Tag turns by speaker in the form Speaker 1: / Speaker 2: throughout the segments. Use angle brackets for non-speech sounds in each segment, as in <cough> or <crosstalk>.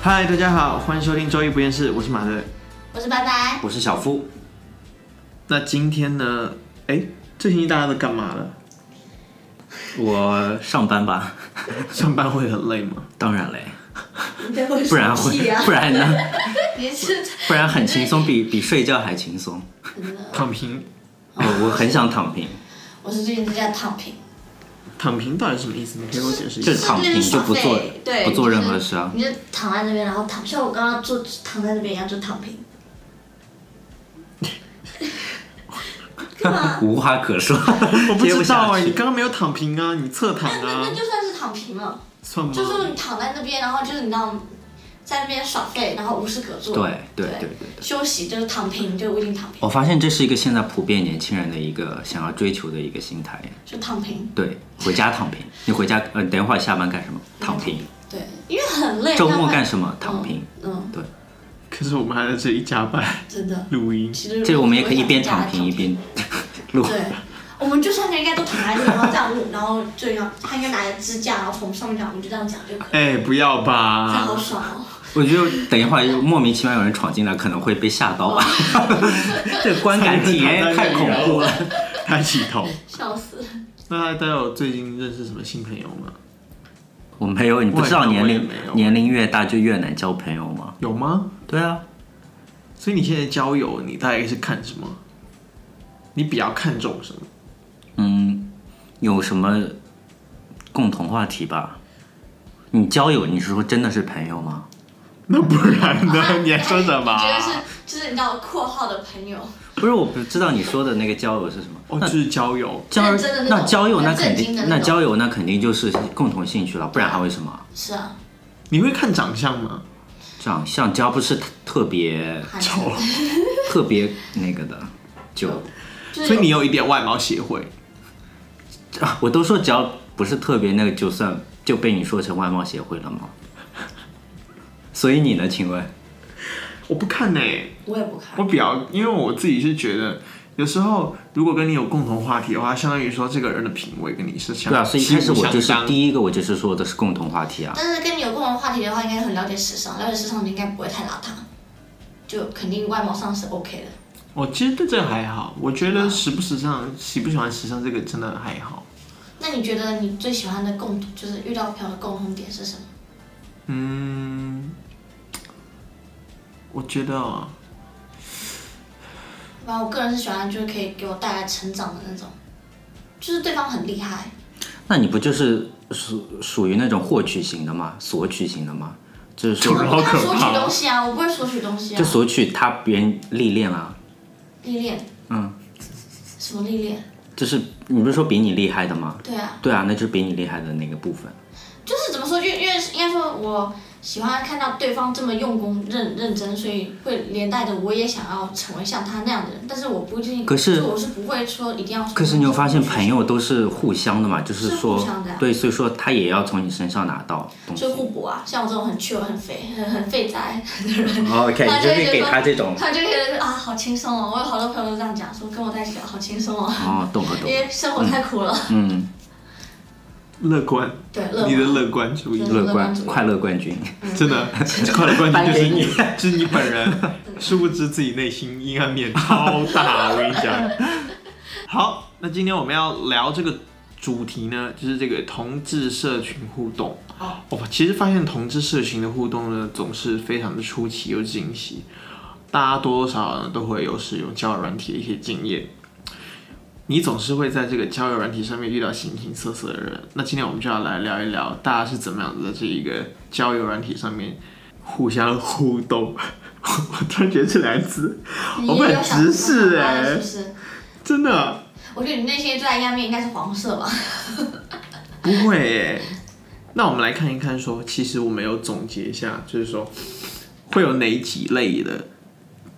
Speaker 1: 嗨，大家好，欢迎收听周一不厌世，我是马德。
Speaker 2: 我是拜拜，
Speaker 3: 我是小夫，
Speaker 1: 那今天呢？哎，最近大家都干嘛了？ <laughs>
Speaker 3: 我上班吧， <laughs>
Speaker 1: 上班会很累吗？
Speaker 3: 当然嘞，
Speaker 2: 你对我
Speaker 3: 不然
Speaker 2: 生气
Speaker 3: 会
Speaker 2: 啊，
Speaker 3: <laughs> 不然呢？
Speaker 2: 你是
Speaker 3: 不然很轻松，比比睡觉还轻松。
Speaker 1: 躺平，
Speaker 3: 哦，我很想
Speaker 1: <laughs>
Speaker 3: 躺平，
Speaker 2: 我是最近在家躺平，
Speaker 1: 躺平到底是什么意思？你可以给我解释一
Speaker 3: 就
Speaker 1: 下。
Speaker 3: 躺平就不做
Speaker 2: 对对
Speaker 3: 不做任何事啊。
Speaker 2: 你就躺在那边，然后躺，像我刚刚坐躺在那边一样，就躺平。干嘛？
Speaker 3: 无话可说，
Speaker 1: <laughs> 我不
Speaker 3: 接不
Speaker 1: 知道
Speaker 3: 下
Speaker 1: 啊，你
Speaker 3: 去。
Speaker 1: 刚刚没有躺平啊，你侧躺
Speaker 2: 那那
Speaker 1: 啊
Speaker 3: <laughs>
Speaker 2: 那，就算是躺平了，
Speaker 1: 算
Speaker 3: 嗯
Speaker 1: 吗？
Speaker 2: 就是你躺在那边，然后就是你那种在那边耍废，然后无事可做。
Speaker 3: 对对对对哦对
Speaker 2: 休息就是躺平，就我已经躺平，
Speaker 3: 我发现这是一个现在普遍年轻人的一个想要追求的一个心态。
Speaker 2: 就躺平。
Speaker 3: 对，回家躺平，你回家呃，等一会儿下班干什么？躺
Speaker 1: 哎
Speaker 3: 平。
Speaker 2: 对，因为很累。
Speaker 3: 周
Speaker 2: 要
Speaker 3: 末
Speaker 2: 不然
Speaker 3: 干什么？躺平。
Speaker 2: 嗯，
Speaker 3: 对，
Speaker 1: 可是我们还在这里加班
Speaker 2: 真的。
Speaker 1: 录
Speaker 3: <laughs>
Speaker 1: 音，
Speaker 2: 其实
Speaker 3: 这个我们也可以一边躺
Speaker 2: 躺
Speaker 3: 平一边录。
Speaker 2: 对，我们就三个应该都躺在那，然后这样录，然后就这样，他应该拿着支架，然后从上面这样，我们就这样讲就可以，
Speaker 1: 哎，不要
Speaker 2: 这样
Speaker 1: 吧
Speaker 2: 好，爽哦。
Speaker 3: 我觉得等一会儿莫名其妙有人闯进来，可能会被吓到吧。
Speaker 1: 哦
Speaker 3: 这个观感体
Speaker 1: <laughs>
Speaker 3: 验太恐怖了。
Speaker 1: 啊抬起头。
Speaker 2: 笑死！
Speaker 1: 那大家有最近认识什么新朋友吗？
Speaker 3: <laughs> 我没有，你不知道
Speaker 1: 我也
Speaker 3: 年
Speaker 1: 没有
Speaker 3: 龄
Speaker 1: 我也没有
Speaker 3: 年龄越大就越难交朋友吗？
Speaker 1: 有吗？
Speaker 3: 对啊，
Speaker 1: 所以你现在交友，你大概是看什么？你比较看重什么？
Speaker 3: 嗯，有什么共同话题吧？你交友，你是说真的是朋友吗？
Speaker 1: <laughs> 那不然
Speaker 2: <laughs>
Speaker 1: 呢？你还说什么？
Speaker 2: 你觉得是就是你知道括号的朋友，
Speaker 3: 不是，我不知道你说的那个交友是什么。
Speaker 1: 哦，
Speaker 3: 那
Speaker 1: 就是交友。
Speaker 3: 交
Speaker 2: 认真的那种
Speaker 3: 那交友那肯
Speaker 2: 很正经
Speaker 3: 定
Speaker 2: 的那种
Speaker 3: 那交友那肯定就是共同兴趣了，不然还会什么？
Speaker 2: 是啊，
Speaker 1: 你会看长相
Speaker 2: <laughs>
Speaker 1: 吗？
Speaker 3: 长相只要不是特特别
Speaker 2: 还是
Speaker 1: 丑，
Speaker 3: 特别那个的，就
Speaker 2: 就
Speaker 1: 所以
Speaker 2: 是
Speaker 1: 你有一点外貌协会。
Speaker 3: 啊 <laughs> 我都说只要不是特别那个，就算 <laughs> 就被你说成外貌协会了 <laughs> 吗？所以你呢？请问，
Speaker 1: 我不看呢、
Speaker 2: 我也不看
Speaker 1: 我，比较，因为我自己是觉得，有时候如果跟你有共同话题的话，相当于说这个人的品味跟你是相
Speaker 3: 对啊，所以一开始我
Speaker 1: 旗鼓
Speaker 3: 就
Speaker 1: 相
Speaker 3: 是
Speaker 1: 当
Speaker 3: 第一个，我就是说的是共同话题啊。
Speaker 2: 但是跟你有共同话题的话，应该很了解时尚，了解时尚你应该不会太邋遢，就肯定外貌上是 OK 的。
Speaker 1: 我其实对这个还好，我觉得时不时
Speaker 3: 啊
Speaker 1: 尚、喜不喜欢时尚这个真的还好。
Speaker 2: 那你觉得你最喜欢的共同，就是遇到朋友的共同点是什么？
Speaker 1: 嗯，我觉得啊，
Speaker 2: 反正我个人是喜欢，就是可以给我带来成长的那种，就是对方很厉害，
Speaker 3: 那你不就是属属于那种获取型的吗？索取型的吗？就是
Speaker 1: 突然
Speaker 3: 说，
Speaker 1: 好可怕哦
Speaker 2: 我不会索取东西啊，我不会索取东西啊。
Speaker 3: 就索取他别人历练啊，
Speaker 2: 历练。
Speaker 3: 嗯。
Speaker 2: 什么历练？
Speaker 3: 就是你不是说比你厉害的吗？
Speaker 2: 对啊，
Speaker 3: 对啊，那就是比你厉害的那个部分。
Speaker 2: 就是怎么说，就因为应该说我喜欢看到对方这么用功、认认真，所以会连带着我也想要成为像他那样的人，但是我不一定。
Speaker 3: 可是
Speaker 2: 就我是不会说一定要。
Speaker 3: 可是你有发现，朋。友都是互相的嘛，就是
Speaker 2: 是
Speaker 3: 说
Speaker 2: 互相的啊，
Speaker 3: 对，所以说他也要从你身上拿到东西
Speaker 2: 就。互补啊，像我这种很 chill、很肥、 <laughs> 很很废宅的人，
Speaker 3: 哦 OK，
Speaker 2: 他
Speaker 3: 你
Speaker 2: 就
Speaker 3: 就
Speaker 2: 会觉
Speaker 3: 是
Speaker 2: 得
Speaker 3: 给
Speaker 2: 说
Speaker 3: 他这种
Speaker 2: 他就觉得啊，好轻松哦。我有好多朋友都这样讲，说跟我在一起好轻松哦，
Speaker 3: 哦，懂了懂
Speaker 2: 因
Speaker 3: 了，
Speaker 2: 为生活太苦了。
Speaker 3: 嗯，
Speaker 1: 乐观，
Speaker 2: 对，乐
Speaker 1: 你的
Speaker 2: 观
Speaker 1: 乐观主义
Speaker 2: 真，的
Speaker 3: 乐观
Speaker 2: 乐观
Speaker 3: 快乐冠军，
Speaker 1: 真的，快乐观
Speaker 3: 颁
Speaker 1: 点 <laughs> 就是
Speaker 3: 给你
Speaker 1: 就是你本人，殊不知自己内心阴暗面超大，我跟你讲。好，那今天我们要聊这个主题呢，就是这个同志社群互动。
Speaker 2: 哦
Speaker 1: 我其实发现同志社群的互动呢，总是非常的出奇又惊喜，大家多多少少呢都会有使用交友软体的一些经验。你总是会在这个交友软体上面遇到形形色色的人，那今天我们就要来聊一聊，大家是怎么样子在这一个交友软体上面互相互动。 <laughs> 我突然觉得这两个字
Speaker 2: 你
Speaker 1: 我
Speaker 2: 也
Speaker 1: 们
Speaker 2: 有
Speaker 1: 很
Speaker 2: 想
Speaker 1: 直视
Speaker 2: 想法了
Speaker 1: 欸
Speaker 2: 是不是？
Speaker 1: 真的
Speaker 2: 我觉得你内心最大压面应该是黄色吧？
Speaker 1: 不会耶。那我们来看一看说其实我们有总结一下，就是说会有哪几类的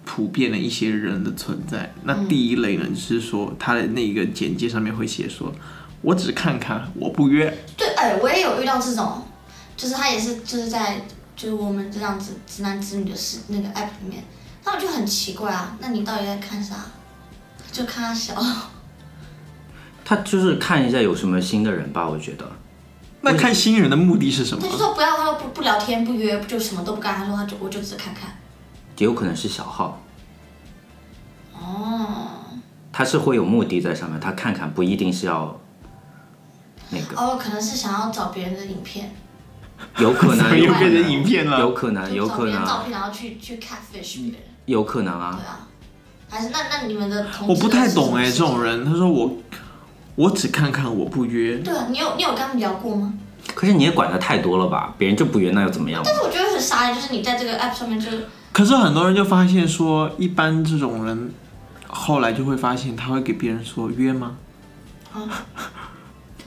Speaker 1: 普遍的一些人的存在。那第一类呢，就是说他的那个简介上面会写说，我只看看，我不约。
Speaker 2: 对，哎，我也有遇到这种，就是他也是就是在就是我们这样子直男直女的事那个 app 里面，那我就很奇怪啊，那你到底在看啥？就看他小，
Speaker 3: 他就是看一下有什么新的人吧，我觉得，
Speaker 1: 那看新人的目的是什么
Speaker 2: 他？就说不要，他说不不聊天不约，就什么都不干。他说他就我就只看看。
Speaker 3: 也有可能是小号，
Speaker 2: 哦，
Speaker 3: 他是会有目的在上面，他看看不一定是要那个，
Speaker 2: 哦，可能是想要找别人的影片，
Speaker 3: 有
Speaker 1: <laughs>
Speaker 3: 可
Speaker 1: 怎么
Speaker 3: 能
Speaker 1: 又
Speaker 3: 有可
Speaker 1: 变成影
Speaker 3: 能
Speaker 1: 片了
Speaker 3: 有。可能有
Speaker 2: 就找
Speaker 3: 可
Speaker 2: 别
Speaker 1: 啊
Speaker 2: 人照
Speaker 3: 能
Speaker 2: 片，然后去去 catfish 别人。
Speaker 3: 有可能啊
Speaker 2: 对，啊，还是那那你们的
Speaker 1: 嗯
Speaker 2: 同
Speaker 1: 我不太懂哎、
Speaker 2: 哎、
Speaker 1: 这种。人，他说我我只看看，我不约。
Speaker 2: 对啊，你有你有跟他们聊过吗？
Speaker 3: 可是你也管的太多了吧？别人就不约，那又怎么样嘛
Speaker 2: 但？是我觉得很傻哎，就是你在这个 app 上面就是
Speaker 1: 可是很多人就发现说，一般这种人后来就会发现，他会给别人说约吗？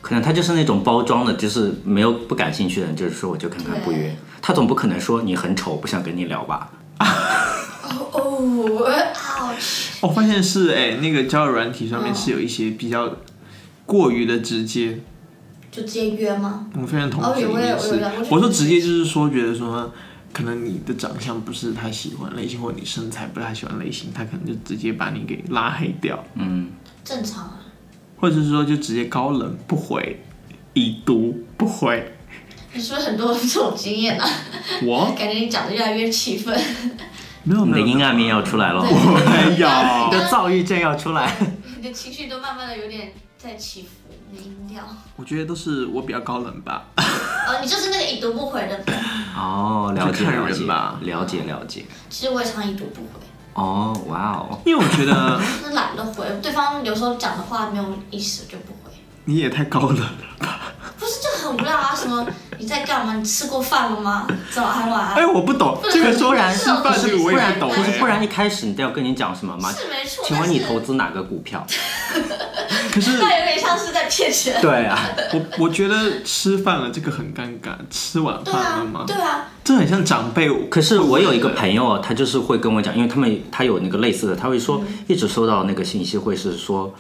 Speaker 3: 可能他就是那种包装的，就是没有不感兴趣的人，就是说我就看看不约
Speaker 2: 对。
Speaker 3: 他总不可能说你很丑，不想跟你聊吧？
Speaker 2: 哦哦啊，
Speaker 1: 我发现是哎、那个交友软体上面
Speaker 2: 嗯
Speaker 1: 是有一些比较过于的直接。
Speaker 2: 就直接约吗？
Speaker 1: 我非常同
Speaker 2: 哦
Speaker 1: 学
Speaker 2: 有
Speaker 1: 里
Speaker 2: 我也
Speaker 1: 面
Speaker 2: 有
Speaker 1: 是
Speaker 2: 有我，就
Speaker 1: 我说直接就是说觉得说，可能你的长相不是他喜欢类型，或者你身材不是他喜欢类型，他可能就直接把你给拉黑掉，
Speaker 3: 嗯，
Speaker 2: 正常啊。
Speaker 1: 或者是说就直接高冷不回，已读不回。
Speaker 2: 你是不是很多这种经验啊？
Speaker 1: 我
Speaker 2: 感觉你讲的越来越气愤。
Speaker 1: 没有
Speaker 3: 你
Speaker 1: 没
Speaker 3: 的
Speaker 1: 有，哎
Speaker 3: 阴暗面要出来了，
Speaker 1: 我没
Speaker 3: <laughs> 你
Speaker 1: 有。
Speaker 3: 的躁郁症要出来。
Speaker 2: 你的情绪都慢慢的有点在起伏，你的音调。
Speaker 1: 我觉得都是我比较高冷吧。
Speaker 2: 哦，你就是那个已读不回的。
Speaker 3: 哦，了解
Speaker 1: 就看
Speaker 3: 了
Speaker 1: 人
Speaker 3: 解
Speaker 1: 吧
Speaker 3: 了解了解。
Speaker 2: 其实我也常已读不回，
Speaker 3: 哦，哇哦，
Speaker 1: 因为我觉得
Speaker 2: 就是懒得回。对方有时候讲的话没有意思，我就不回。
Speaker 1: 你也太高冷
Speaker 3: <laughs>
Speaker 1: 了吧？
Speaker 2: 不是就很无聊啊？什么你在干嘛？你吃过饭了吗？早安晚啊安。
Speaker 1: 哎，我不懂
Speaker 2: 不是
Speaker 1: 这个
Speaker 2: 不是
Speaker 1: 说
Speaker 2: 不是
Speaker 1: 吃饭这个我
Speaker 3: 不
Speaker 1: 也
Speaker 3: 然
Speaker 1: 不懂
Speaker 3: 不
Speaker 1: 哎。
Speaker 3: 是不然一开始你都要跟你讲什么吗？
Speaker 2: 是没错，
Speaker 3: 请问你
Speaker 2: 但是
Speaker 3: 投资哪个股票？
Speaker 1: 可是
Speaker 2: 那有点像是在骗钱。
Speaker 3: <laughs> 对啊，
Speaker 1: 我我觉得吃饭了这个很尴尬，吃晚
Speaker 2: 对
Speaker 1: 饭了
Speaker 2: 啊
Speaker 1: 吗，？
Speaker 2: 对啊，
Speaker 1: 这很像长辈。
Speaker 3: 可是我有一个朋友，他就是会跟我讲，因为他们他有那个类似的，他会说
Speaker 2: 嗯
Speaker 3: 一直收到那个信息会是说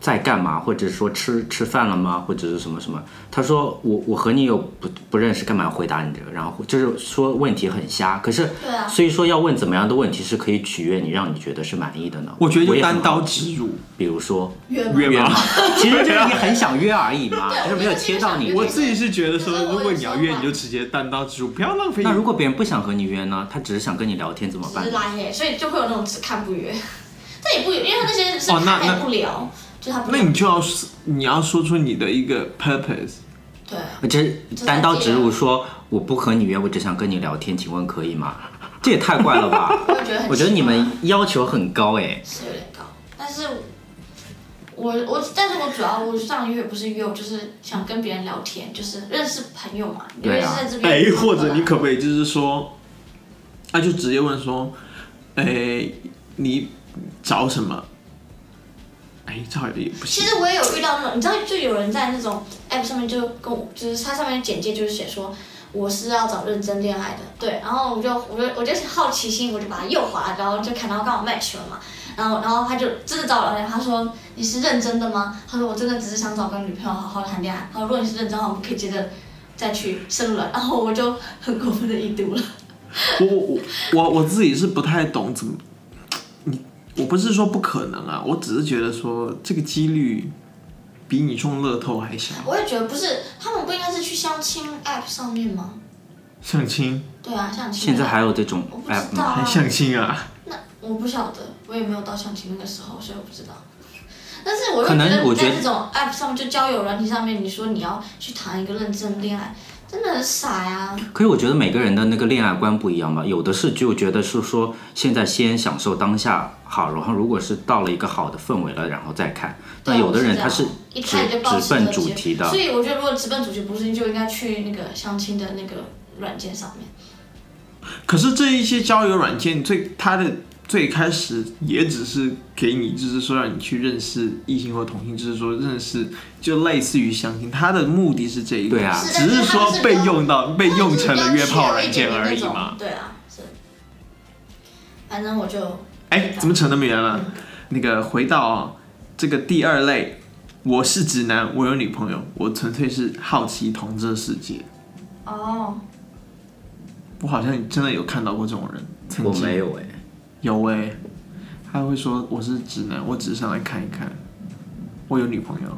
Speaker 3: 在干嘛，或者说吃吃饭了吗，或者是什么什么。他说我我和你有不不认识，干嘛回答你这个？然后就是说问题很瞎，可是
Speaker 2: 对啊
Speaker 3: 所以说要问怎么样的问题是可以取悦你，让你觉得是满意的呢？
Speaker 1: 我觉得就
Speaker 3: 也很
Speaker 1: 单刀
Speaker 3: 好奇
Speaker 1: 直入，
Speaker 3: 比如说
Speaker 2: 约吗？
Speaker 1: 约
Speaker 3: 约
Speaker 1: 吗 <laughs>
Speaker 3: 嘛？，其实就是你很想约而已嘛，但是没有切到你。
Speaker 1: 我自己是觉得说，
Speaker 2: 可是我
Speaker 1: 如果你要约，
Speaker 2: 有时候
Speaker 1: 你就直接单刀直入，不要浪费。
Speaker 3: 那如果别人不想和你约呢？他只是想跟你聊天怎么
Speaker 2: 只
Speaker 3: 办
Speaker 2: 是？拉黑，所以就会有那种只看不约。 <laughs> 但也不，因为那些是
Speaker 1: 哦那
Speaker 2: 看
Speaker 1: 那
Speaker 2: 不聊，就他不
Speaker 1: 那
Speaker 2: 聊。
Speaker 1: 你就要你要说出你的一个 purpose，
Speaker 2: 对，
Speaker 3: 我只单刀直入说，我不和你约，我只想跟你聊天，请问可以吗？这也太怪了
Speaker 2: <laughs>
Speaker 3: 吧！
Speaker 2: 我也觉得很奇怪。
Speaker 3: 我觉得你们要求很高哎。
Speaker 2: 是有点高，但是我我，但是我主要我上约不是约，我就是想跟别人聊天，就是认识朋友嘛，因
Speaker 3: 对
Speaker 2: 为
Speaker 3: 啊
Speaker 2: 是在这边。
Speaker 1: 哎，或者你可不可以就是说，那就直接问说，哎，你找什么？哎，这好像也不
Speaker 2: 其
Speaker 1: 行。
Speaker 2: 实我也有遇到那种，你知道，就有人在那种 app 上面就跟我，就是它上面简介就是写说我是要找认真恋爱的，对，然后我就我就我就是好奇心，我就把它右滑，然后就看到刚好 match 了嘛，然后然后他就真的找我聊天，他说你是认真的吗？他说我真的只是想找个女朋友好好谈恋爱，他说如果你是认真的话，我们可以接着再去深入了，然后我就很过分的已读了，
Speaker 1: 我我我我自己是不太懂怎么，你我不是说不可能啊，我只是觉得说这个几率比你中乐透还小。
Speaker 2: 我也觉得不是，他们不应该是去相亲 app 上面吗？
Speaker 1: 相亲，
Speaker 2: 对啊，相亲
Speaker 3: 现在还有这种
Speaker 2: 我不
Speaker 3: app
Speaker 2: 知道
Speaker 3: 吗？
Speaker 2: 啊
Speaker 1: 还。相亲啊？
Speaker 2: 那我不晓得，我也没有到相亲那个时候，所以我不知道。但是我又
Speaker 3: 可
Speaker 2: 觉
Speaker 3: 能
Speaker 2: 得
Speaker 3: 我
Speaker 2: 你在
Speaker 3: 觉得
Speaker 2: 这种 app 上面，就交友软体上面，你说你要去谈一个认真恋爱，真的很傻呀、
Speaker 3: 可是我觉得每个人的那个恋爱观不一样吧，有的是就觉得是说现在先享受当下好，然后如果是到了一个好的氛围了，然后再看。
Speaker 2: 对
Speaker 3: 那
Speaker 2: 啊
Speaker 3: 有的人
Speaker 2: 这
Speaker 3: 他
Speaker 2: 样
Speaker 3: 是
Speaker 2: 一
Speaker 3: 直
Speaker 2: 看就抱
Speaker 3: 直奔主题的
Speaker 2: 所，以我觉得如果直奔主题，不是就应该去那个相亲的那个软件上面。
Speaker 1: 可是这一些交友软件最它的最开始也只是给你，就是说让你去认识异性或同性，就是说认识就类似于相亲，它的目的是这一个，
Speaker 3: 对啊
Speaker 2: 是
Speaker 1: 只是说被用到被用成了约炮软件而已嘛。。
Speaker 2: 对啊，是。反正我就
Speaker 1: 哎，怎么扯那么远了？那个回到这个第二类，我是直男，我有女朋友，我纯粹是好奇同志的世界。
Speaker 2: 哦，
Speaker 1: 我好像真的有看到过这种人，曾
Speaker 3: 我
Speaker 1: 经
Speaker 3: 没有哎。
Speaker 1: 有哎、他会说我是直男，我只是上来看一看，我有女朋友，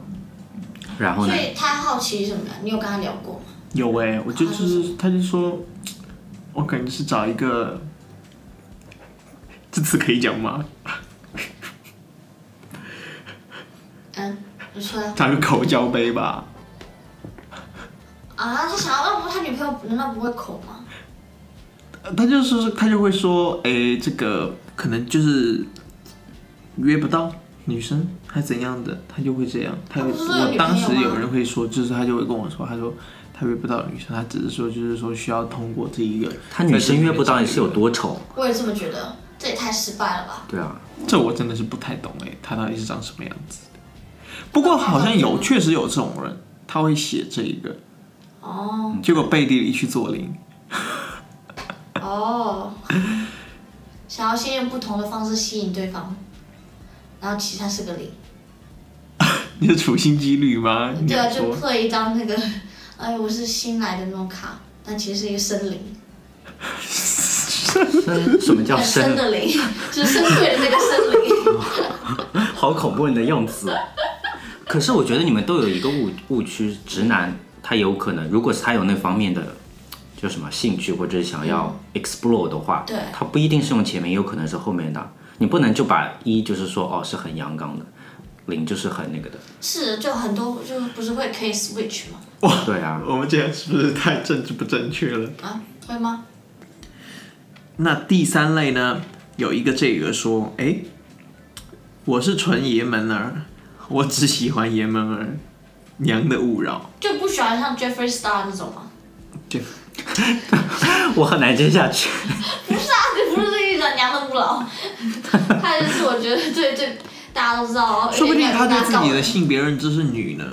Speaker 3: 然后呢
Speaker 2: 所？以他好奇什么呢？你有跟他聊过吗？
Speaker 1: 有哎、我就
Speaker 2: 他
Speaker 1: 就
Speaker 2: 说什
Speaker 1: 是他就说，我感觉是找一个，这次可以讲吗？
Speaker 2: 嗯，你说啊，
Speaker 1: 找个口交杯吧，
Speaker 2: 啊他想要，那不他女朋友难道不会口吗？
Speaker 1: 呃他就是他就会说，哎、这个可能就是约不到女生还怎样的，他就会这样。他
Speaker 2: 他
Speaker 1: 会
Speaker 2: 不是说有
Speaker 1: 我
Speaker 2: 女
Speaker 1: 当
Speaker 2: 朋友
Speaker 1: 时有
Speaker 2: 吗
Speaker 1: 人会说，就是他就会跟我说，他说他约不到女生，他只是说就是说需要通过这一个，
Speaker 3: 他女生约不到你是有多丑？
Speaker 2: 我也这么觉得，这也太失败了吧？<laughs>
Speaker 3: 对啊，
Speaker 1: 这我真的是不太懂哎、他到底是长什么样子的。不过好像有，确实有这种人，他会写这一个，
Speaker 2: 哦
Speaker 1: 结果背地里去做零。
Speaker 2: 哦，想要先用不同的方式吸引对方，然后其实他是个零。
Speaker 1: 你是处心积虑吗？你
Speaker 2: 对啊，
Speaker 1: 想
Speaker 2: 就
Speaker 1: 说
Speaker 2: 刻一张那个，哎，我是新来的那种卡，但其实是一个森林，
Speaker 3: 生什么
Speaker 1: 哦
Speaker 3: 叫
Speaker 2: 很深
Speaker 3: 生？
Speaker 2: 的林， <laughs> 就是深贵的那个森林。
Speaker 3: 好恐怖你的用词。可是我觉得你们都有一个误误区，直男他有可能，如果是他有那方面的叫什么兴趣或者想要 explore 的话，
Speaker 2: 嗯对
Speaker 3: 他不一定是用前面，也有可能是后面的。你不能就把一就是说哦是很阳刚的，零就是很那个的。
Speaker 2: 是，就很多就是不是会可以 switch 吗？
Speaker 3: 对啊，
Speaker 1: 我们这样是不是太政治不正确了？
Speaker 2: 啊，会吗？
Speaker 1: 那第三类呢，有一个这个说，哎，我是纯爷们儿，我只喜欢爷们儿，娘的勿扰。
Speaker 2: 就不喜欢像 Jeffrey Star 那种吗？
Speaker 1: 这
Speaker 3: 我很难接下去。
Speaker 2: 不是啊，你不是这个人娘的
Speaker 1: <laughs>
Speaker 2: 不老，他就是我觉得最最大家都知道，
Speaker 1: 说不定他对自己的
Speaker 2: 性，
Speaker 1: 性别认知是女呢，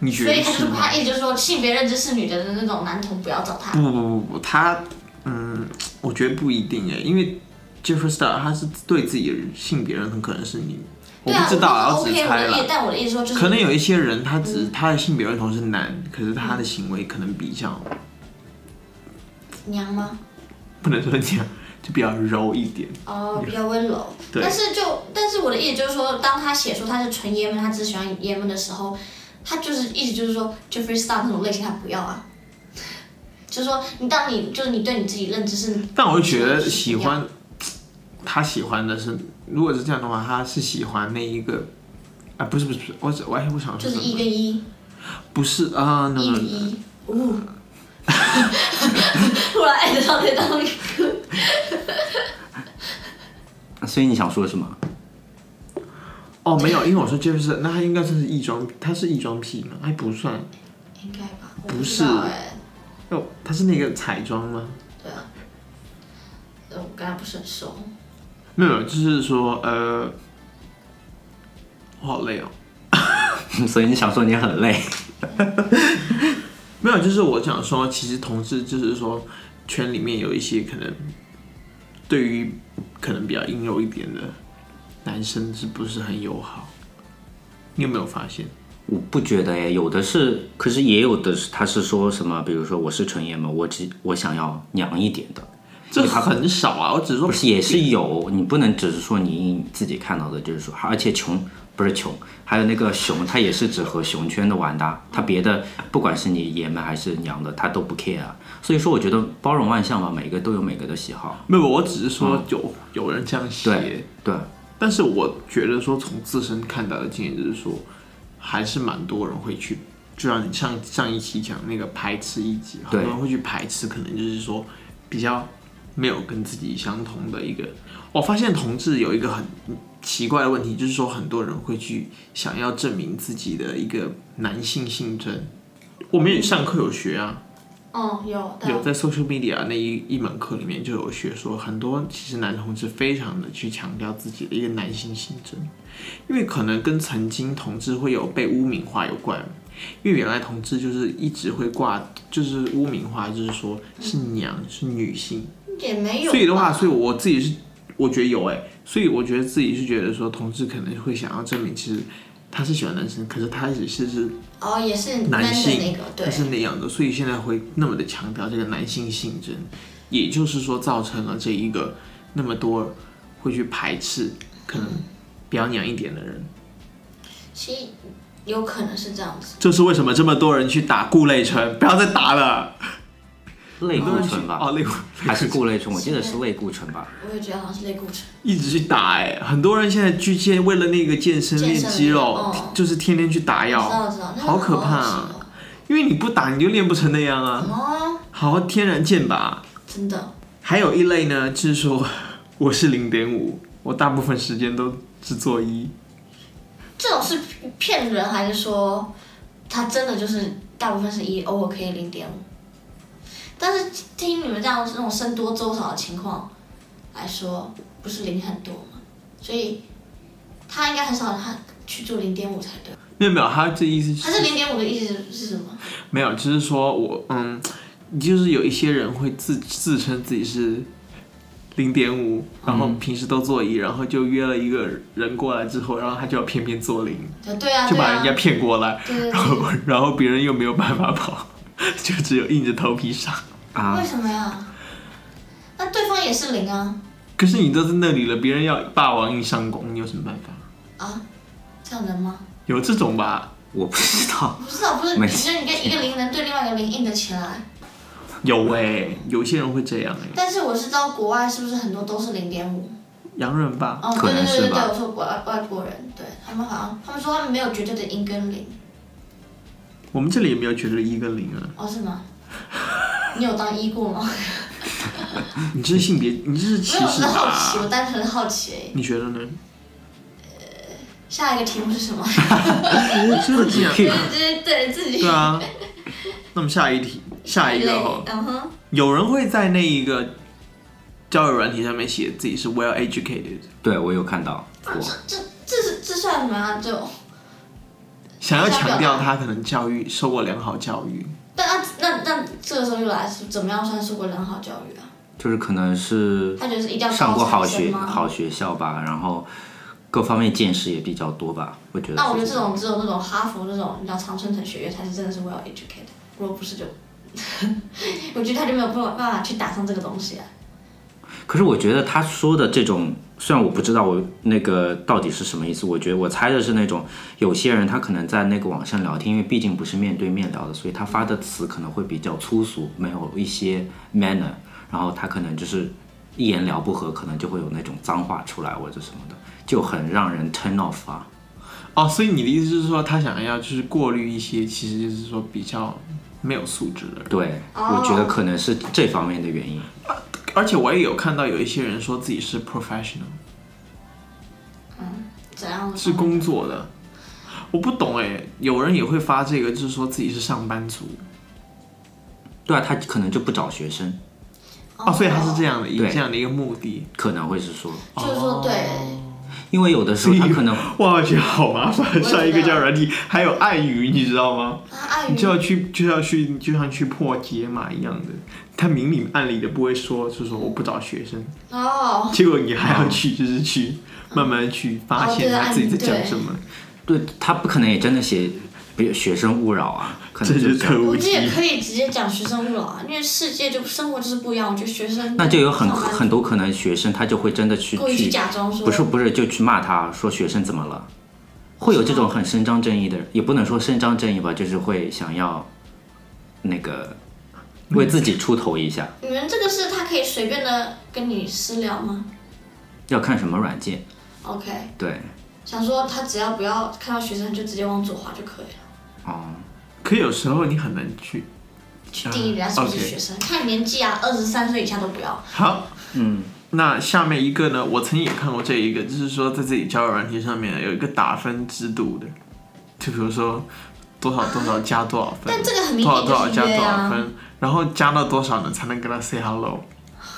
Speaker 1: 你觉
Speaker 2: 所以
Speaker 1: 得
Speaker 2: 他
Speaker 1: 是
Speaker 2: 就
Speaker 1: 吗
Speaker 2: 他？一直说性别认知是女的那种男同不要找他
Speaker 1: 不。不不不，他嗯，我觉得不一定哎，因为 Jeffrey Star 他是对自己的性别认同可能是女，嗯我
Speaker 2: 对
Speaker 1: 不
Speaker 2: 啊，
Speaker 1: 知道，然后
Speaker 2: 我
Speaker 1: 只
Speaker 2: 就说 OK，
Speaker 1: 猜
Speaker 2: 我的
Speaker 1: 了
Speaker 2: 意，。但我的意思说就是
Speaker 1: 可能有一些人，他只
Speaker 2: 嗯
Speaker 1: 他的性别认同是男，可是他的行为可能比较
Speaker 2: 娘吗？
Speaker 1: 不能说这样，就比较柔一点。
Speaker 2: 哦，比较温柔。
Speaker 1: 对
Speaker 2: 但是就，但是我的意思就是说，当他写出他是纯爷们，他只喜欢爷们的时候，他就是意思就是说，Jeffrey Star 那种类型他不要啊。就是说，你当你就是你对你自己认知是，
Speaker 1: 但我就觉
Speaker 2: 嗯
Speaker 1: 得喜欢，他喜欢的是，如果是这样的话，他是喜欢那一个，啊，不是不是不是，我我我想说
Speaker 2: 就是
Speaker 1: 什
Speaker 2: 一
Speaker 1: 么？
Speaker 2: 跟一，
Speaker 1: 不是啊，那
Speaker 2: 一与
Speaker 1: 个
Speaker 2: 一，
Speaker 1: <laughs>
Speaker 2: 哦。突然爱得上这张歌，
Speaker 3: 所以你想说什么？ <laughs>
Speaker 1: 哦没有，因为我说 Jeffrey，Star，那他应该算是异装，他是异装癖吗？还不算，
Speaker 2: 应该吧？我
Speaker 1: 不
Speaker 2: 知道
Speaker 1: 是
Speaker 2: 哎，
Speaker 1: 哦，他是那个彩妆吗？
Speaker 2: 对啊，呃我跟他不是很熟。
Speaker 1: 没有，就是说呃，我好累哦。
Speaker 3: 所以你想说你很累？
Speaker 1: 没有，就是我想说，其实同志就是说，圈里面有一些可能对于可能比较阴柔一点的男生是不是很友好？你有没有发现？
Speaker 3: 我不觉得哎，有的是，可是也有的是，他是说什么？比如说我是纯爷们，我只我想要娘一点的，
Speaker 1: 这很少啊，我只是说
Speaker 3: 不是也是有，你不能只是说你自己看到的，就是说，而且穷不是穷，还有那个熊，他也是只和熊圈的玩的啊，他别的不管是你爷们还是娘的，他都不 care 啊。所以说，我觉得包容万象嘛，每个都有每个的喜好。
Speaker 1: 没有，我只是说有、有人这样写
Speaker 3: 嗯对，对，
Speaker 1: 但是我觉得说从自身看到的经验就是说，还是蛮多人会去，就像你上上一期讲那个排斥一级，很
Speaker 3: 对
Speaker 1: 多人会去排斥，可能就是说比较没有跟自己相同的一个。我发现同志有一个很奇怪的问题，就是说很多人会去想要证明自己的一个男性性征。我们也上课有学啊，
Speaker 2: 嗯，有对啊
Speaker 1: 有在 social media 那一一门课里面就有学说，很多其实男同志非常的去强调自己的一个男性性征，因为可能跟曾经同志会有被污名化有关，因为原来同志就是一直会挂，就是污名化，就是说是娘是女性，
Speaker 2: 也没有吧。
Speaker 1: 所以的话，所以我自己是我觉得有哎、所以我觉得自己是觉得说同志可能会想要证明其实他是喜欢男生，可是他只是是
Speaker 2: 哦，也是
Speaker 1: 男
Speaker 2: man
Speaker 1: 性
Speaker 2: 的那个，
Speaker 1: 它
Speaker 2: 对，
Speaker 1: 是那样的，所以现在会那么的强调这个男性性征，也就是说造成了这一个那么多会去排斥可能比较娘一点的人。
Speaker 2: 其实有可能是这样子。
Speaker 1: 这是为什么这么多人去打固类醇？不要再打了，
Speaker 3: 类固醇吧，
Speaker 1: 哦，类固
Speaker 3: 还是固类醇？我记得是类固醇吧。
Speaker 2: 我也觉得好像是类固醇。
Speaker 1: <laughs> 一直去打哎、很多人现在去健为了那个健身
Speaker 2: 健
Speaker 1: 练
Speaker 2: 身
Speaker 1: 肌肉，
Speaker 2: 哦
Speaker 1: 就是天天去打
Speaker 2: 知道
Speaker 1: 药，
Speaker 2: 知道，那个
Speaker 1: 好可怕
Speaker 2: 恶
Speaker 1: 啊！因为你不打你就练不成那样啊，
Speaker 2: 心哦！哦，
Speaker 1: 好好天然健吧。
Speaker 2: 真的，
Speaker 1: 还有一类呢，就是说我是零点五，我大部分时间都只做一，
Speaker 2: 这种是骗人啊还是说他真的就是大部分是一，偶尔可以零点五？但是听你们这样这种僧多粥少的情况来说，不是零很多嘛，所以他应该很少他去做零点五才对。
Speaker 1: 没有没有，他这意思
Speaker 2: 他这零点五的意思是什么？
Speaker 1: 没有，就是说我嗯，就是有一些人会自自称自己是零点五，然后平时都做一，然后就约了一个人过来之后，然后他就要偏偏做零，
Speaker 2: 对啊，
Speaker 1: 就
Speaker 2: 对
Speaker 1: 把人
Speaker 2: 啊，
Speaker 1: 家骗过来，
Speaker 2: 对啊对
Speaker 1: 然
Speaker 2: 对，
Speaker 1: 后 <laughs> 然后别人又没有办法跑， <laughs> 就只有硬着头皮上。
Speaker 3: 啊
Speaker 2: 为，什么呀？啊那对方也是零啊。
Speaker 1: 可是你都在那里了，别人要霸王硬上弓，你有什么办法？
Speaker 2: 啊，这样能吗？
Speaker 1: 有这种吧？
Speaker 3: 我不知道
Speaker 2: 我。不知道，不是，
Speaker 3: 没
Speaker 2: 你觉得你跟一个零能对另外一个零硬得起来？
Speaker 1: 有哎、有些人会这样哎、
Speaker 2: 但是我是知道国外是不是很多都是零点五？
Speaker 1: 洋人吧？
Speaker 2: 哦，
Speaker 3: 可
Speaker 2: 对
Speaker 3: 能
Speaker 2: 对
Speaker 3: 是
Speaker 2: 对对对，
Speaker 3: 吧
Speaker 2: 我说国外外国人，对他们好像他们说他们没有绝对的一跟零，
Speaker 1: 我们这里也没有觉得一跟零啊。
Speaker 2: 哦是
Speaker 3: <laughs>
Speaker 2: 吗？你有当一过吗？
Speaker 1: 你这是性别，你这是歧
Speaker 2: 没有，我
Speaker 1: 视
Speaker 2: 是好奇，
Speaker 1: 吧？
Speaker 2: 我单纯的好奇而已。
Speaker 1: 你觉得呢？
Speaker 2: 下一个题目是什
Speaker 3: <laughs>
Speaker 2: 么？
Speaker 1: 真的这样？
Speaker 2: 对对对，自己
Speaker 1: 对
Speaker 2: <laughs>
Speaker 1: 啊。那么下一题，下一个哦，
Speaker 2: 嗯哼，
Speaker 1: 有人会在那一个交友软体上面写自己是 well educated，
Speaker 3: 对，我有看到过。
Speaker 2: 这这这是这算什么啊？就
Speaker 1: 想要强调他可能教育受过良好教育，
Speaker 2: 但啊那那那这个时候又来是怎么样算受过良好教育啊？
Speaker 3: 就是可能是
Speaker 2: 他就是一定要
Speaker 3: 上过好
Speaker 2: 高材
Speaker 3: 学
Speaker 2: 生吗
Speaker 3: 好学校吧，然后各方面见识也比较多吧，我觉得。
Speaker 2: 那我觉得这种只有那种哈佛那种，你知道常春藤学院才是真的是 well educated，如果不是就， <laughs> 我觉得他就没有办法办法去打上这个东西啊。
Speaker 3: 可是我觉得他说的这种，虽然我不知道我那个到底是什么意思，我觉得我猜的是那种有些人他可能在那个网上聊天，因为毕竟不是面对面聊的，所以他发的词可能会比较粗俗，没有一些 manner，然后他可能就是一言聊不合，可能就会有那种脏话出来或者什么的，就很让人 turn off 啊。
Speaker 1: 哦，所以你的意思就是说，他想要就是过滤一些，其实就是说比较没有素质的人。
Speaker 3: 对，
Speaker 2: 哦
Speaker 3: 我觉得可能是这方面的原因。
Speaker 1: 而且我也有看到有一些人说自己是 professional，
Speaker 2: 怎样的
Speaker 1: 是工作的，我不懂哎，有人也会发这个，就是说自己是上班族
Speaker 3: 对啊，他可能就不找学生，
Speaker 1: 哦，所以他是这样的，以
Speaker 3: 对
Speaker 1: 这样的一个目的。
Speaker 3: 可能会是说，
Speaker 2: 哦就是说对
Speaker 3: 因为有的时候他可能
Speaker 1: 哇，我觉得好麻
Speaker 2: 我
Speaker 1: 烦。
Speaker 2: 也觉得
Speaker 1: 上一个叫软体，
Speaker 2: <laughs>
Speaker 1: 还有暗语，你知道吗？
Speaker 2: 啊，碍
Speaker 1: 你
Speaker 2: 于
Speaker 1: 就要去，就要去，就像去破解码一样的。他明里暗里的不会说，就说我不找学生，
Speaker 2: 哦，嗯
Speaker 1: 结果你还要去，就是去慢慢去发现
Speaker 2: 哦对
Speaker 1: 他自己在
Speaker 2: 暗语
Speaker 1: 讲什么，
Speaker 3: 对他不可能也真的写，比如学生勿扰啊，可
Speaker 1: 这
Speaker 3: 能
Speaker 1: 就是
Speaker 3: 这样
Speaker 1: 特务
Speaker 2: 我这也
Speaker 1: 题。
Speaker 2: 可以直接讲学生勿扰啊，因为世界就生活就是不一样，我觉得学生
Speaker 3: 那就有很
Speaker 2: 上班
Speaker 3: 很多可能学生他就会真的去
Speaker 2: 故意去
Speaker 3: 去，
Speaker 2: 假装说
Speaker 3: 不是不是就去骂他说学生怎么了，会有这种很伸张正义的人，也不能说伸张正义吧，就是会想要那个
Speaker 1: 嗯
Speaker 3: 为自己出头一下，
Speaker 2: 你们这个是他可以随便的跟你私聊吗
Speaker 3: 要看什么软件，
Speaker 2: ？OK，
Speaker 3: 对，
Speaker 2: 想说他只要不要看到学生就直接往左滑就可以了，
Speaker 3: 哦，
Speaker 1: 可有时候你很难去。
Speaker 2: 去定义人家是不是
Speaker 1: OK
Speaker 2: 学生，看年纪啊，二十三岁以下都不要。
Speaker 1: 好，
Speaker 3: 嗯，
Speaker 1: 那下面一个呢？我曾经也看过这一个，就是说在自己交友软件上面有一个打分制度的，就比如说多少多少加多少分，
Speaker 2: 但这个很明
Speaker 1: 多少多少
Speaker 2: 显就
Speaker 1: 加
Speaker 2: 是
Speaker 1: 多
Speaker 2: 约
Speaker 1: 少
Speaker 2: 啊，
Speaker 1: 分，然后加到多少呢才能跟他 say hello？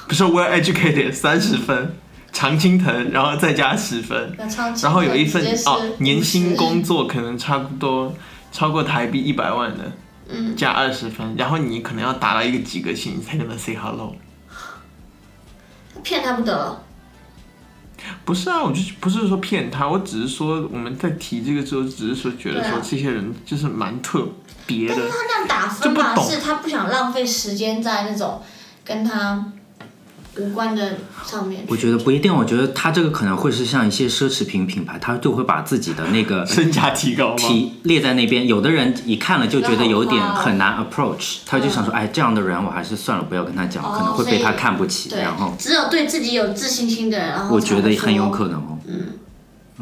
Speaker 1: 比如说 well educated 三十分，常青藤，然后再加十分，
Speaker 2: 那超级
Speaker 1: 然后有一份
Speaker 2: 直接是
Speaker 1: 哦年薪
Speaker 2: 50
Speaker 1: 工作可能差不多超过台币一百万的，
Speaker 2: 嗯，
Speaker 1: 加二十分，然后你可能要达到一个及格线，你才跟他 say hello。
Speaker 2: 骗他不得了。
Speaker 1: 不是啊，我就不是说骗他，我只是说我们在提这个时候，只是说觉得
Speaker 2: 对
Speaker 1: 说
Speaker 2: 啊
Speaker 1: 这些人就是蛮特别
Speaker 2: 但
Speaker 1: 的
Speaker 2: 是。 <laughs> 他那样打分
Speaker 1: 就
Speaker 2: 嘛，
Speaker 1: 不懂
Speaker 2: 是他不想浪费时间在那种跟他无关的上面去。
Speaker 3: 我觉得不一定，我觉得他这个可能会是像一些奢侈品品牌，他就会把自己的那个
Speaker 1: 身价提高吗？
Speaker 3: 提列在那边。有的人一看了就觉得有点很难 approach，他就想说，哎，这样的人我还是算了，不要跟他讲，
Speaker 2: 嗯哦
Speaker 3: 可能会被
Speaker 2: 所
Speaker 3: 他
Speaker 2: 以
Speaker 3: 看不起。
Speaker 2: 对
Speaker 3: 然后，
Speaker 2: 只有对自己有自信心的人，然后
Speaker 3: 我
Speaker 2: 才
Speaker 3: 觉得
Speaker 2: 会
Speaker 3: 很有
Speaker 2: 说嗯
Speaker 3: 可能哦。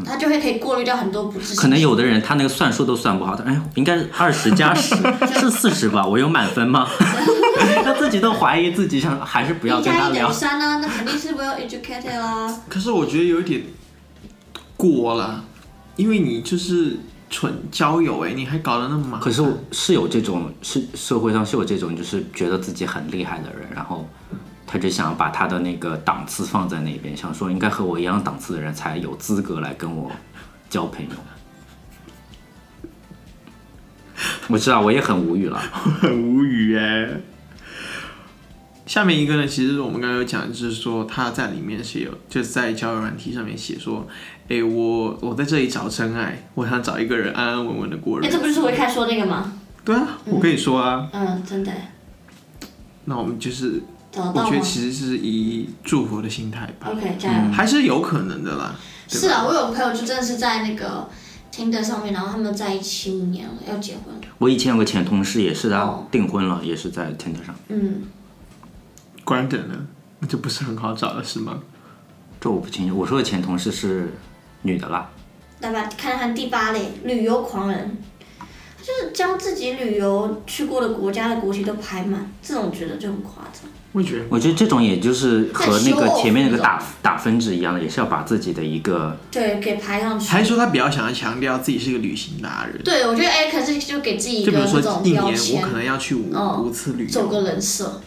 Speaker 2: 他就会可以过滤掉很多不自信。
Speaker 3: 可能有的人他那个算数都算不好，他哎，应该二十
Speaker 2: <laughs>
Speaker 3: 加十是四十吧？我有满分吗？他自己都怀疑自己，想还是不要
Speaker 2: 一
Speaker 3: 跟
Speaker 2: 加
Speaker 3: 他
Speaker 2: 一等
Speaker 3: 聊
Speaker 2: 于。三呢，那肯定是 well educated 啊
Speaker 3: <laughs>
Speaker 2: 啦。
Speaker 1: 可是我觉得有一点过了，因为你就是纯交友哎、你还搞得那么麻烦。
Speaker 3: 可是是有这种，是社会上是有这种，就是觉得自己很厉害的人，然后他就想把他的那个档次放在那边，想说应该和我一样档次的人才有资格来跟我交朋友。我知道，我也很无语了。
Speaker 1: 很无语哎。下面一个呢，其实我们刚刚有讲，就是说他在里面是有，就是在交友软体上面写说，哎，我我在这里找真爱，我想找一个人安安稳稳的过
Speaker 2: 哎，
Speaker 1: 日子。
Speaker 2: 这不就是我一开始说那个吗？
Speaker 1: 对啊，我跟你说啊，
Speaker 2: 嗯，真的
Speaker 1: 那我们就是，
Speaker 2: 找得
Speaker 1: 我
Speaker 2: 到
Speaker 1: 觉得
Speaker 2: 吗
Speaker 1: 其实是以祝福的心态吧，
Speaker 2: ？OK，加
Speaker 3: 嗯
Speaker 2: 油。
Speaker 1: 还是有可能的啦。对吧
Speaker 2: 是啊，我有个朋友就真的是在那个 Tinder 上面，然后他们在一起五年了，要结婚了。
Speaker 3: 我以前有个前同事也是，他
Speaker 2: 哦
Speaker 3: 订婚了，也是在 Tinder 上。
Speaker 2: 嗯，
Speaker 1: 观点呢，那就不是很好找了，是吗？
Speaker 3: 这我不清楚。我说的前同事是女的啦，
Speaker 2: 来吧，看看第八类旅游狂人，他就是将自己旅游去过的国家的国旗都排满，这种觉得就很夸张。
Speaker 1: 我觉得
Speaker 3: 我觉得这种也就是和那
Speaker 2: 在
Speaker 3: 个
Speaker 2: show off
Speaker 3: 前面那个打打分制一样的，也是要把自己的一个
Speaker 2: 对，给排上去。
Speaker 1: 还是说他比较想要强调自己是个旅行达人，
Speaker 2: 对，我觉得哎，可是就给自己一
Speaker 1: 就
Speaker 2: 个
Speaker 1: 比如
Speaker 2: 那
Speaker 1: 说
Speaker 2: 种
Speaker 1: 一年
Speaker 2: 标
Speaker 1: 我
Speaker 2: 签
Speaker 1: 可，能要去五、
Speaker 2: 哦
Speaker 1: 五次旅游，
Speaker 2: 走个人设。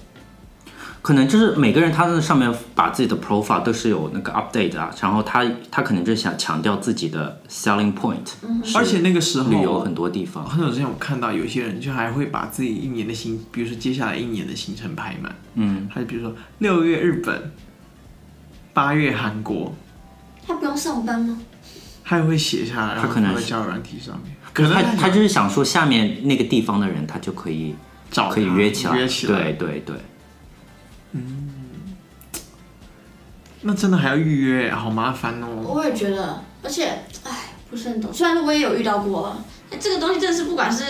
Speaker 3: 可能就是每个人他在上面把自己的 profile 都是有那个 update 的啊，然后他他可能就想强调自己的 selling point，、是
Speaker 1: 而且那个时候
Speaker 3: 旅游很多地方。
Speaker 1: 很久之前我看到有些人就还会把自己一年的行，比如说接下来一年的行程排满，
Speaker 3: 嗯，
Speaker 1: 还比如说六月日本，八月韩国，
Speaker 2: 他不用上班吗？
Speaker 1: 他也会写下来，然
Speaker 3: 他
Speaker 1: 后
Speaker 3: 可能
Speaker 1: 放在交友软体上面，可
Speaker 3: 可是
Speaker 1: 能
Speaker 3: 他
Speaker 1: 想
Speaker 3: 他就是想说下面那个地方的人，他就可以
Speaker 1: 找
Speaker 3: 可以
Speaker 1: 他
Speaker 3: 约起来，
Speaker 1: 约起来，
Speaker 3: 对对对，
Speaker 1: 那真的还要预约，好麻烦哦。
Speaker 2: 我也觉得，而且哎，不是很懂。虽然我也有遇到过，哎这个东西真的是不管是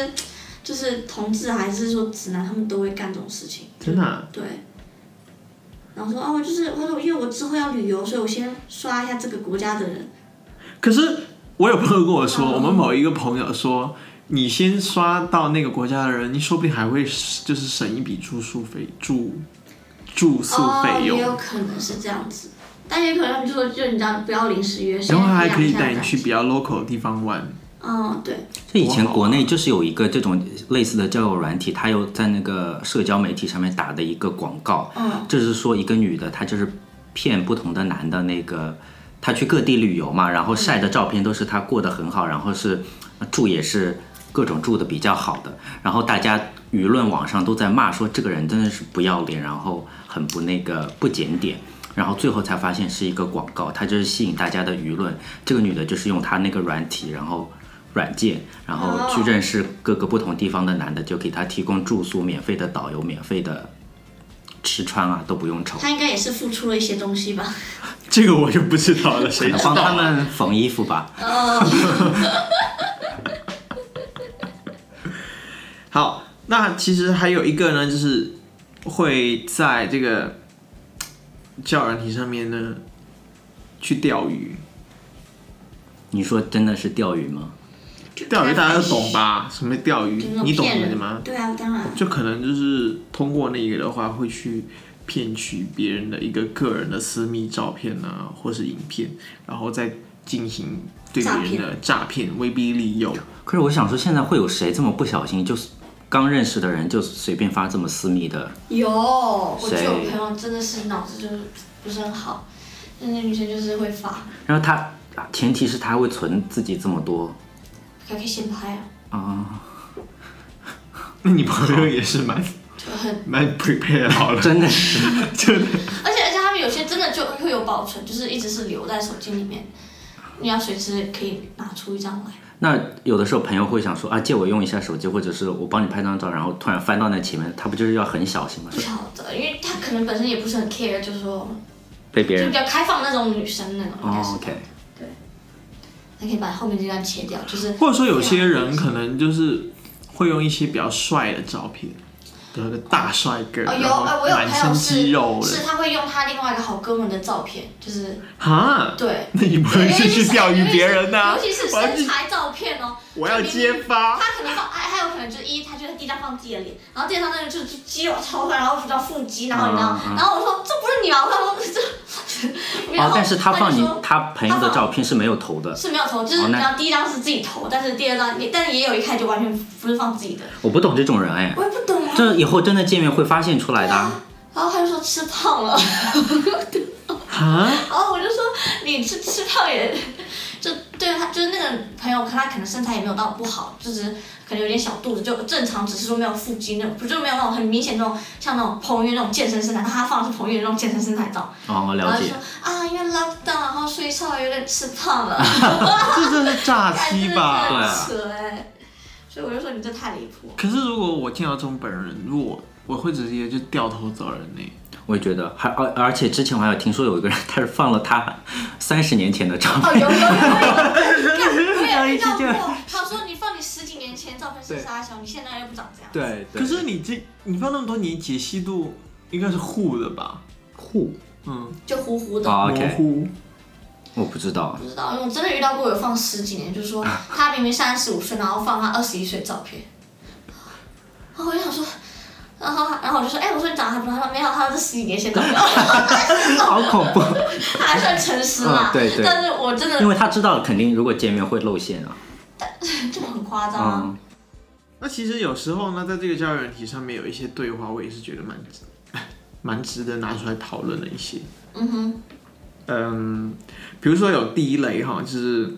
Speaker 2: 就是同志还是说直男，他们都会干这种事情。
Speaker 1: 真的啊、
Speaker 2: 对。然后说哦，就是他说，因为我之后要旅游，所以我先刷一下这个国家的人。
Speaker 1: 可是我有朋友跟我说，
Speaker 2: 嗯
Speaker 1: 我们某一个朋友说，你先刷到那个国家的人，你说不定还会就是省一笔住宿费住住宿
Speaker 2: 哦，
Speaker 1: 费用，
Speaker 2: 也有可能是这样子，但也有可能他们就说，就你知道，不要临时约，
Speaker 1: 然后他还
Speaker 2: 先
Speaker 1: 可以
Speaker 2: 量一下
Speaker 1: 带你
Speaker 2: 感
Speaker 1: 去
Speaker 2: 觉
Speaker 1: 比。较 local 的地方玩。
Speaker 2: 嗯，对，
Speaker 3: 就以前国内就是有一个这种类似的交友软体，它有在那个社交媒体上面打的一个广告，
Speaker 2: 嗯，
Speaker 3: 就是说一个女的她就是骗不同的男的那个，她去各地旅游嘛，然后晒的照片都是她过得很好，然后是呃住也是各种住的比较好的，然后大家舆论网上都在骂说这个人真的是不要脸，然后很不那个不检点。然后最后才发现是一个广告，它就是吸引大家的舆论。这个女的就是用她那个软体，然后软件，然后去认识各个不同地方的男的，就给他提供住宿、免费的导游、免费的吃穿啊，都不用愁。
Speaker 2: 他应该也是付出了一些东西吧。
Speaker 1: 这个我就不知道了，谁知道
Speaker 3: 帮他
Speaker 1: 啊？
Speaker 3: 们缝衣服吧。
Speaker 1: 好，那其实还有一个呢，就是会在这个教软体上面呢去钓鱼。
Speaker 3: 你说真的是钓鱼吗？
Speaker 2: 就
Speaker 1: 钓鱼
Speaker 2: 开
Speaker 1: 大家都
Speaker 2: 发
Speaker 1: 懂吧？什么钓鱼
Speaker 2: 就那？种
Speaker 1: 嗯你懂
Speaker 2: 骗
Speaker 1: 的
Speaker 2: 人
Speaker 1: 吗？
Speaker 2: 对啊，当然。
Speaker 1: 就可能就是通过那个的话，会去骗取别人的一个个人的私密照片啊，或是影片，然后再进行对别人的诈骗、威逼利诱。
Speaker 2: 哦
Speaker 3: 可是我想说，现在会有谁这么不小心，就是刚认识的人就随便发这么私密的？
Speaker 2: 有，我就
Speaker 3: 谁
Speaker 2: 有朋友真的是脑子就是不是很好，那那女生就是会发，
Speaker 3: 然后他啊前提是他会存自己这么多
Speaker 2: 还可以先拍啊，
Speaker 3: 啊、
Speaker 1: 那你朋友也是蛮
Speaker 2: 就很，
Speaker 1: 蛮 prepare 好了，
Speaker 3: 真的是。
Speaker 1: 真的。
Speaker 2: 而且而且他们有些真的就会有保存，就是一直是留在手机里面，你要随时可以拿出一张来。
Speaker 3: 那有的时候朋友会想说啊，借我用一下手机，或者是我帮你拍张照，然后突然翻到那前面，他不就是要很小心吗
Speaker 2: 不？晓得，因为她可能本身也不是很 care，就是说
Speaker 3: 被别
Speaker 2: 就比
Speaker 3: 人
Speaker 2: 较开放那种女生那种，应该是
Speaker 3: 哦。，OK，
Speaker 2: 还可以把后面这段切掉，就是
Speaker 1: 或者说有些人可能就是会用一些比较帅的照片，有个大帅哥，
Speaker 2: 哦有
Speaker 1: 然后
Speaker 2: 哎，我有
Speaker 1: 满
Speaker 2: 朋友
Speaker 1: 身肌肉
Speaker 2: 是
Speaker 1: 的，
Speaker 2: 是他会用他另外一个好哥们的照片，就是
Speaker 1: 哈，
Speaker 2: 对，
Speaker 1: 那你不会是去钓鱼别人啊呐、
Speaker 2: 尤其是
Speaker 1: 我要
Speaker 2: 身
Speaker 1: 去，
Speaker 2: 材照片哦，
Speaker 1: 我要揭发。
Speaker 2: 他可能放，还还有可能就是一，他就在地上放自己的脸，然后地上那个就是肌肉超宽，然后比较腹肌，然后你知
Speaker 3: 啊
Speaker 2: 道，然后我说这不是你啊，我说
Speaker 3: <laughs>
Speaker 2: 这，然
Speaker 3: 哦
Speaker 2: 后，
Speaker 3: 但是他放
Speaker 2: 就
Speaker 3: 你
Speaker 2: 说
Speaker 3: 他朋友的照片是没有头的，
Speaker 2: 是没有投，就是
Speaker 3: 哦
Speaker 2: 你
Speaker 3: 那
Speaker 2: 知道第一张是自己投，但是第二张，但也有一看就完全不是放自己的，
Speaker 3: 我不懂这种人哎，
Speaker 2: 我也不懂啊。
Speaker 3: 这以后真的见面会发现出来的啊。
Speaker 2: 然后他就说吃胖了， <laughs>
Speaker 1: 啊，
Speaker 2: 然后我就说你吃吃胖也，就对他就是那个朋友，他可能身材也没有到不好，就是可能有点小肚子，就正常，只是说没有腹肌那种，不就没有那种很明显那种像那种彭于晏那种健身身材，但他放的是彭于晏那种健身身材照，
Speaker 3: 哦，
Speaker 2: 然
Speaker 3: 了
Speaker 2: 后就
Speaker 3: 解
Speaker 2: 说。啊因为 lockdown，然后睡觉有点吃胖了，
Speaker 1: 这真是诈欺吧？
Speaker 3: <laughs> 对
Speaker 2: 哎
Speaker 3: 啊
Speaker 2: 真的是很扯哎，所以我就说你这太离谱了。
Speaker 1: 可是如果我见到这种本人，如果我会直接就掉头走人呢、
Speaker 3: 我也觉得，还而而且之前我还有听说有一个人，他是放了他三十年前的照
Speaker 2: 哦，
Speaker 3: 片，
Speaker 2: 有有有有，我也遇到
Speaker 3: 这
Speaker 2: 过。他说你放你十几年前照片是傻小，你现在又不长这样。
Speaker 3: 对，
Speaker 1: 可是你这你放那么多年，解析度应该是糊的吧？
Speaker 3: 酷
Speaker 1: 嗯，
Speaker 2: 就糊糊的。
Speaker 3: 啊
Speaker 1: 模
Speaker 3: ，OK，
Speaker 1: 糊。
Speaker 3: 我不知道
Speaker 2: 不知道，因为我真的遇到过有放十几年，就是说
Speaker 1: 啊
Speaker 2: 他明明三十五岁，然后放他二十一岁的照片，然后我就想说，然后然后我就说，哎，我说你长得还不错，他说没有， <laughs> 他这十几年前照片，
Speaker 3: 好恐怖，
Speaker 2: 他还算诚实啦、
Speaker 3: 嗯对对
Speaker 2: 但是我真的
Speaker 3: 因为他知道肯定如果见面会露馅啊。
Speaker 2: 就很夸张啊。
Speaker 3: 嗯，
Speaker 1: 那其实有时候呢，在这个交友软体上面有一些对话，我也是觉得蛮 <laughs> 值蛮值得拿出来讨论的一些。
Speaker 2: 嗯哼，
Speaker 1: 嗯，比如说有第一类哈，就是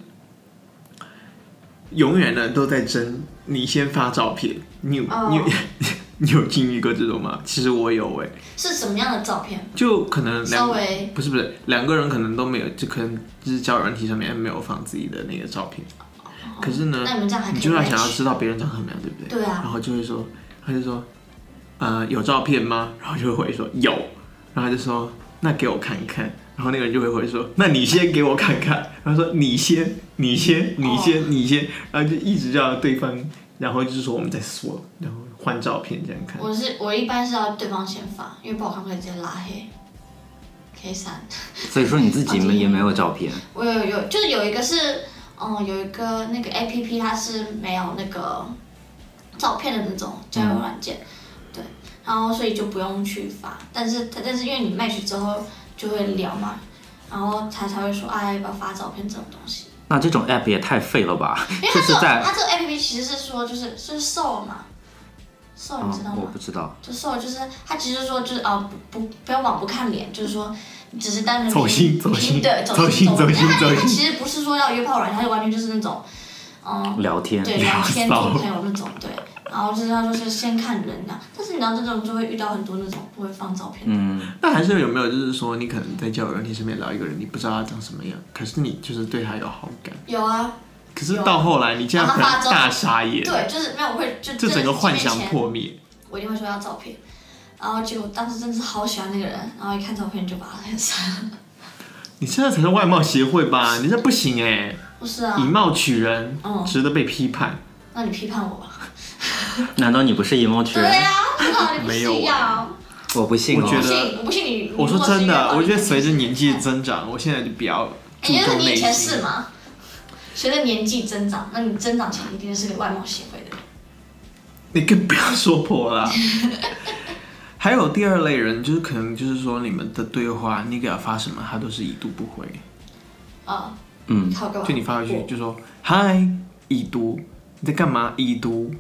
Speaker 1: 永远的都在争你先发照片，你有、
Speaker 2: 哦
Speaker 1: 你有 <laughs> 你有经历过这种吗？其实我有哎、
Speaker 2: 是什么样的照片？
Speaker 1: 就可能嗯两
Speaker 2: 稍微
Speaker 1: 不是不是两个人可能都没有，就可能就是交友软体上面没有放自己的那个照片，可是呢，
Speaker 2: 哦那你们这样还可
Speaker 1: 你
Speaker 2: 以
Speaker 1: 就要想要
Speaker 2: match
Speaker 1: 知道别人长什么样，对不对？
Speaker 2: 对啊
Speaker 1: 然后就会说，他就说，呃，有照片吗？然后就会回说有，然后他就说那给我看看，然后那个人就会回说那你先给我看看，然后说你先，你先，你
Speaker 2: 哦
Speaker 1: 先，你先，然后就一直让对方，然后就是说我们在说，然后换照片这样看。
Speaker 2: 我是我一般是要对方先发，因为不好看可以直接拉黑。K 三，
Speaker 3: 所以说你自己
Speaker 2: 哦
Speaker 3: 们也没有照片，
Speaker 2: 我有有就是有一个是，嗯，有一个那个 A P P 它是没有那个照片的那种交友软件，
Speaker 1: 嗯
Speaker 2: 对，然后所以就不用去发，但是它但是因为你 match 之后就会聊嘛，然后他才会说哎要不要发照片这种东西，
Speaker 3: 那这种 app 也太废了吧？
Speaker 2: 因为
Speaker 3: 就
Speaker 2: 它这
Speaker 3: 是
Speaker 2: 个
Speaker 3: 在
Speaker 2: 它这个 A P P 其实是说就是是瘦嘛，瘦
Speaker 1: 啊
Speaker 2: 你哦知道
Speaker 3: 嗯，我
Speaker 2: 吗？
Speaker 3: 不知道。
Speaker 2: 就瘦，就是他其实说就是啊、不不不要网不看脸，就是说你只是单纯
Speaker 1: 走心
Speaker 2: 凭
Speaker 1: 走心
Speaker 2: 凭嗯对
Speaker 1: 走心
Speaker 2: 走
Speaker 1: 走心
Speaker 2: 他
Speaker 1: 走心
Speaker 2: 他 <laughs> 其实不是说要约炮软件，他就完全就是那种，嗯，
Speaker 3: 聊天，
Speaker 1: <laughs>
Speaker 2: 对，聊天
Speaker 1: 骚
Speaker 2: 做朋友那种，对。然后就是他说是先看人的，但是你知道这种就会遇到很多那种不会放照片的，
Speaker 3: 嗯，
Speaker 1: 那还是有没有就是说，你可能在交友软体上面聊一个人，你不知道他长什么样，可是你就是对他有好感，
Speaker 2: 有啊，
Speaker 1: 可是到后来你这样
Speaker 2: 有啊
Speaker 1: 可能
Speaker 2: 然后发
Speaker 1: 大
Speaker 2: 照
Speaker 1: 傻眼，
Speaker 2: 对，就是没有我会就
Speaker 1: 这整个幻想
Speaker 2: 见面前
Speaker 1: 破灭。
Speaker 2: 我一定会说要照片，然后结果当时真的是好喜欢那个人，然后一看照片就把他给删了，
Speaker 1: 你现在才是外貌协会吧？你这不行哎、
Speaker 2: 不是啊
Speaker 1: 以，貌取人，
Speaker 2: 嗯
Speaker 1: 值得被批判。
Speaker 2: 那你批判我吧，
Speaker 3: 难道你不是 emoji
Speaker 2: 对
Speaker 3: 人？
Speaker 2: 啊，那你不
Speaker 1: 没
Speaker 2: 是
Speaker 1: 有
Speaker 2: 一样啊。
Speaker 3: 我不信哦。
Speaker 1: 我觉
Speaker 2: 不
Speaker 1: 得
Speaker 2: 信，我不信你。
Speaker 1: 我说真的，我觉得随着年纪的
Speaker 2: 增，
Speaker 1: 增长，我现在就比较注
Speaker 2: 你觉得
Speaker 1: 重
Speaker 2: 哎你
Speaker 1: 内
Speaker 2: 以前是
Speaker 1: 心。
Speaker 2: 吗？随着年纪增长，那你增长前一定是个外貌协会的人。
Speaker 1: 你更不要说破
Speaker 2: <laughs>
Speaker 1: 了。还有第二类人，就是可能就是说你们的对话，你给他发什么，他都是已读不回。
Speaker 2: 啊，
Speaker 3: 嗯，
Speaker 2: 靠个
Speaker 1: 就你发回去就说嗨，已读，你在干嘛？已读，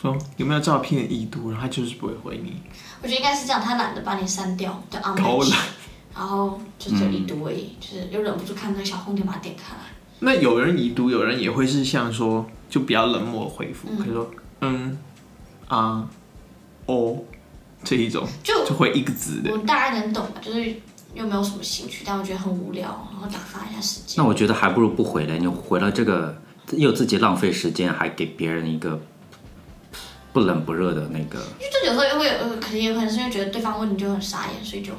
Speaker 1: 说有没有照片？已读，然后他就是不会回你。
Speaker 2: 我觉得应该是这样，他懒得把你删掉，就 u n
Speaker 1: 高冷
Speaker 2: 然后就只有
Speaker 1: 嗯
Speaker 2: 已读而已，就是又忍不住看那个小红点把它点开来。
Speaker 1: 那有人已读，有人也会是像说就比较冷漠的回复，
Speaker 2: 嗯
Speaker 1: 可以说嗯啊哦这一种，
Speaker 2: 就
Speaker 1: 就回一个字的。
Speaker 2: 我大概能懂吧，就是因又没有什么兴趣，但我觉得很无聊，然后打发一下时间。
Speaker 3: 那我觉得还不如不回来，你回了这个又自己浪费时间，还给别人一个不冷不热的那个，
Speaker 2: 因为这有时候也会有，呃可能也可能是因为觉得对方问你就很傻眼，所以就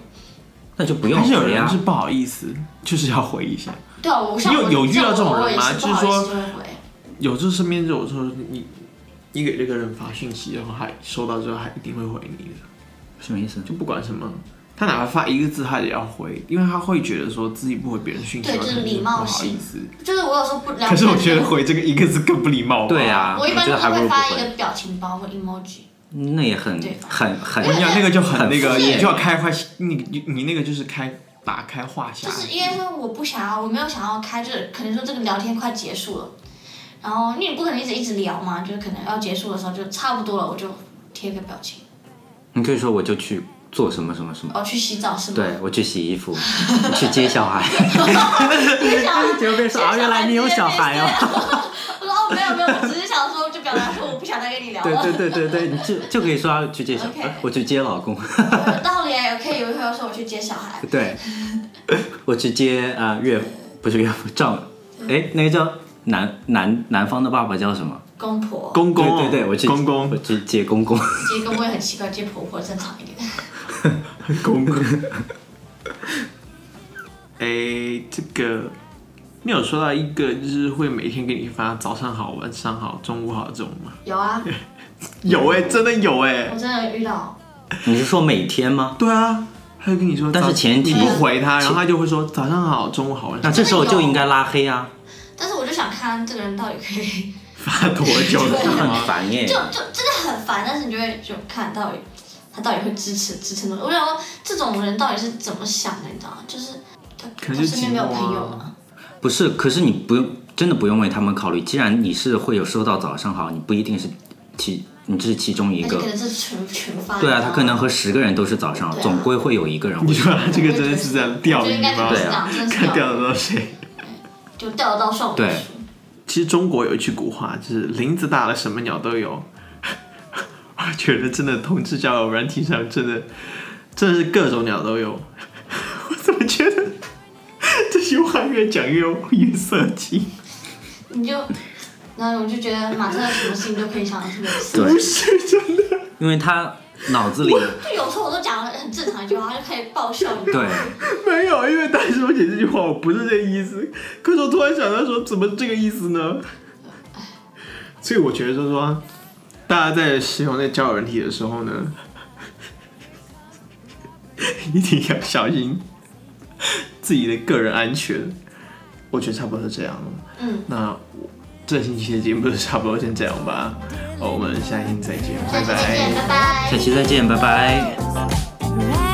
Speaker 3: 那就不用
Speaker 1: 还是有
Speaker 3: 回啊
Speaker 1: 人
Speaker 3: 呀
Speaker 1: 是。不好意思，就是要回一下。
Speaker 2: 对啊，我像我
Speaker 1: 你有有遇到这种人吗
Speaker 2: 像我
Speaker 1: 就是
Speaker 2: 我
Speaker 1: 说
Speaker 2: 也是不好意思就会回。
Speaker 1: 有就身边就有说你，你给这个人发讯息，然后还收到之后还一定会回你的，
Speaker 3: 什么意思？
Speaker 1: 就不管什么，他哪怕发一个字他也要回，因为他会觉得说自己不回别人讯息，
Speaker 2: 对就是礼貌
Speaker 1: 不好
Speaker 2: 性
Speaker 1: 意思。
Speaker 2: 就是我有时候不聊，
Speaker 1: 可是我觉得回这个一个字更不礼貌。
Speaker 3: 对啊，
Speaker 2: 我一般
Speaker 3: 觉
Speaker 2: 都
Speaker 3: 得
Speaker 2: 是
Speaker 3: 还不
Speaker 2: 会
Speaker 3: 如不
Speaker 2: 发一个
Speaker 3: 回，
Speaker 2: 表情包或 emoji。
Speaker 3: 那也很
Speaker 2: 对
Speaker 3: 很很
Speaker 1: 我跟你讲，那个就很那个，
Speaker 3: 很敷
Speaker 1: 你
Speaker 3: 衍
Speaker 1: 就要开坏，你你你那个就是开打开话匣
Speaker 2: 就
Speaker 1: 子
Speaker 2: 是。因为说我不想要，我没有想要开，就是可能说这个聊天快结束了，然后因为你不可能一直一直聊嘛，就是可能要结束的时候就差不多了，我就贴个表情，
Speaker 3: 你可以说我就去做什么什么什么，
Speaker 2: 哦，去洗澡是吗？
Speaker 3: 对我去洗衣
Speaker 2: <laughs>
Speaker 3: 服，去接小孩，
Speaker 2: 对，
Speaker 3: 结果被说啊，原来你有小孩哦。 <laughs>
Speaker 2: 我说哦，没有没有，我只是想说，就表达说我不想再跟你聊
Speaker 3: 对
Speaker 2: 了。
Speaker 3: 对对对对，你就就可以说啊去接小
Speaker 2: OK
Speaker 3: 呃我去接老
Speaker 2: <laughs>
Speaker 3: 公，
Speaker 2: 有道理啊，也可以有一回说我去接小孩， <laughs>
Speaker 3: 对，我去接啊、呃岳不是岳父丈，哎那个叫男男男方的爸爸叫什么？
Speaker 2: 公婆
Speaker 1: 公公哦，
Speaker 3: 对对对，我去
Speaker 1: 公
Speaker 3: 我
Speaker 1: 公
Speaker 3: 去接公公， <laughs>
Speaker 2: 接公公也很奇怪，接婆婆正常一点。
Speaker 1: 公公。 <laughs> 哎，这个你有说到一个就是会每天给你发早上好、晚上好、中午好这种吗？
Speaker 2: 有啊，
Speaker 1: 有哎、真的有哎、
Speaker 2: 我真的遇到，
Speaker 3: 你是说每天吗？
Speaker 1: 对啊，他就跟你说，
Speaker 3: 但是
Speaker 1: 早
Speaker 3: 前提
Speaker 1: 你不回他，
Speaker 3: 前
Speaker 1: 然后他就会说早上好、中午好、晚
Speaker 3: 那
Speaker 1: 上
Speaker 3: 这时候就应该拉黑啊，
Speaker 2: 但是我就想看这个人到底可以，
Speaker 1: 发多久
Speaker 3: 这很
Speaker 1: 了？
Speaker 3: 烦耶
Speaker 2: 就。就真的很烦，但是你就会就看到底他到底会支持支撑的。我想说这种人到底是怎么想的，你知道吗？就是他
Speaker 1: 可
Speaker 2: 他
Speaker 1: 能就
Speaker 2: 身边没有
Speaker 1: 寂寞啊
Speaker 2: 朋友嘛，
Speaker 3: 不是，可是你不用真的不用为他们考虑，既然你是会有收到早上好，你不一定是其你这是其中一
Speaker 2: 而且
Speaker 3: 个
Speaker 2: 可。能是群群发的。
Speaker 3: 对啊，他可能和十个人都是早上，
Speaker 2: 对啊
Speaker 3: 总归会有一个人会
Speaker 1: <laughs> 你说他这个真的是在钓
Speaker 2: 我觉得
Speaker 1: 鱼
Speaker 2: 应该
Speaker 1: 吗
Speaker 2: 不？是这
Speaker 3: 啊
Speaker 2: 样，真的是
Speaker 1: 看
Speaker 2: 这
Speaker 1: 钓
Speaker 2: 样，
Speaker 1: 得到谁？
Speaker 2: 就钓得到算我的
Speaker 3: 对
Speaker 2: 数。
Speaker 1: 其实中国有一句古话，就是林子大了什么鸟都有。 <laughs> 我觉得真的同志交友软体上真的真的是各种鸟都有。 <laughs> 我怎么觉得这句话越讲越越色情？
Speaker 2: 你就，然后我就觉得马上有什么事情都可以想得特别深。
Speaker 3: 对
Speaker 1: <laughs> 不，是真的。
Speaker 3: 因为他
Speaker 1: <laughs>
Speaker 3: 脑子里
Speaker 2: 就有时候我都讲了很正常一句话，他就开始爆笑。你知道吗
Speaker 3: 对，
Speaker 1: 没有，因为当时我写这句话，我不是这个意思。可是我突然想到说，怎么这个意思呢？所以我觉得就是说，大家在使用那交友软体的时候呢， <laughs> 一定要小心自己的个人安全。我觉得差不多是这样了。
Speaker 2: 嗯，
Speaker 1: 那我这星期的节目就差不多先这样吧。哦我们下星期再见，
Speaker 2: 下
Speaker 1: 拜
Speaker 2: 期再见，拜拜。
Speaker 3: 下期再见，拜拜。
Speaker 4: Right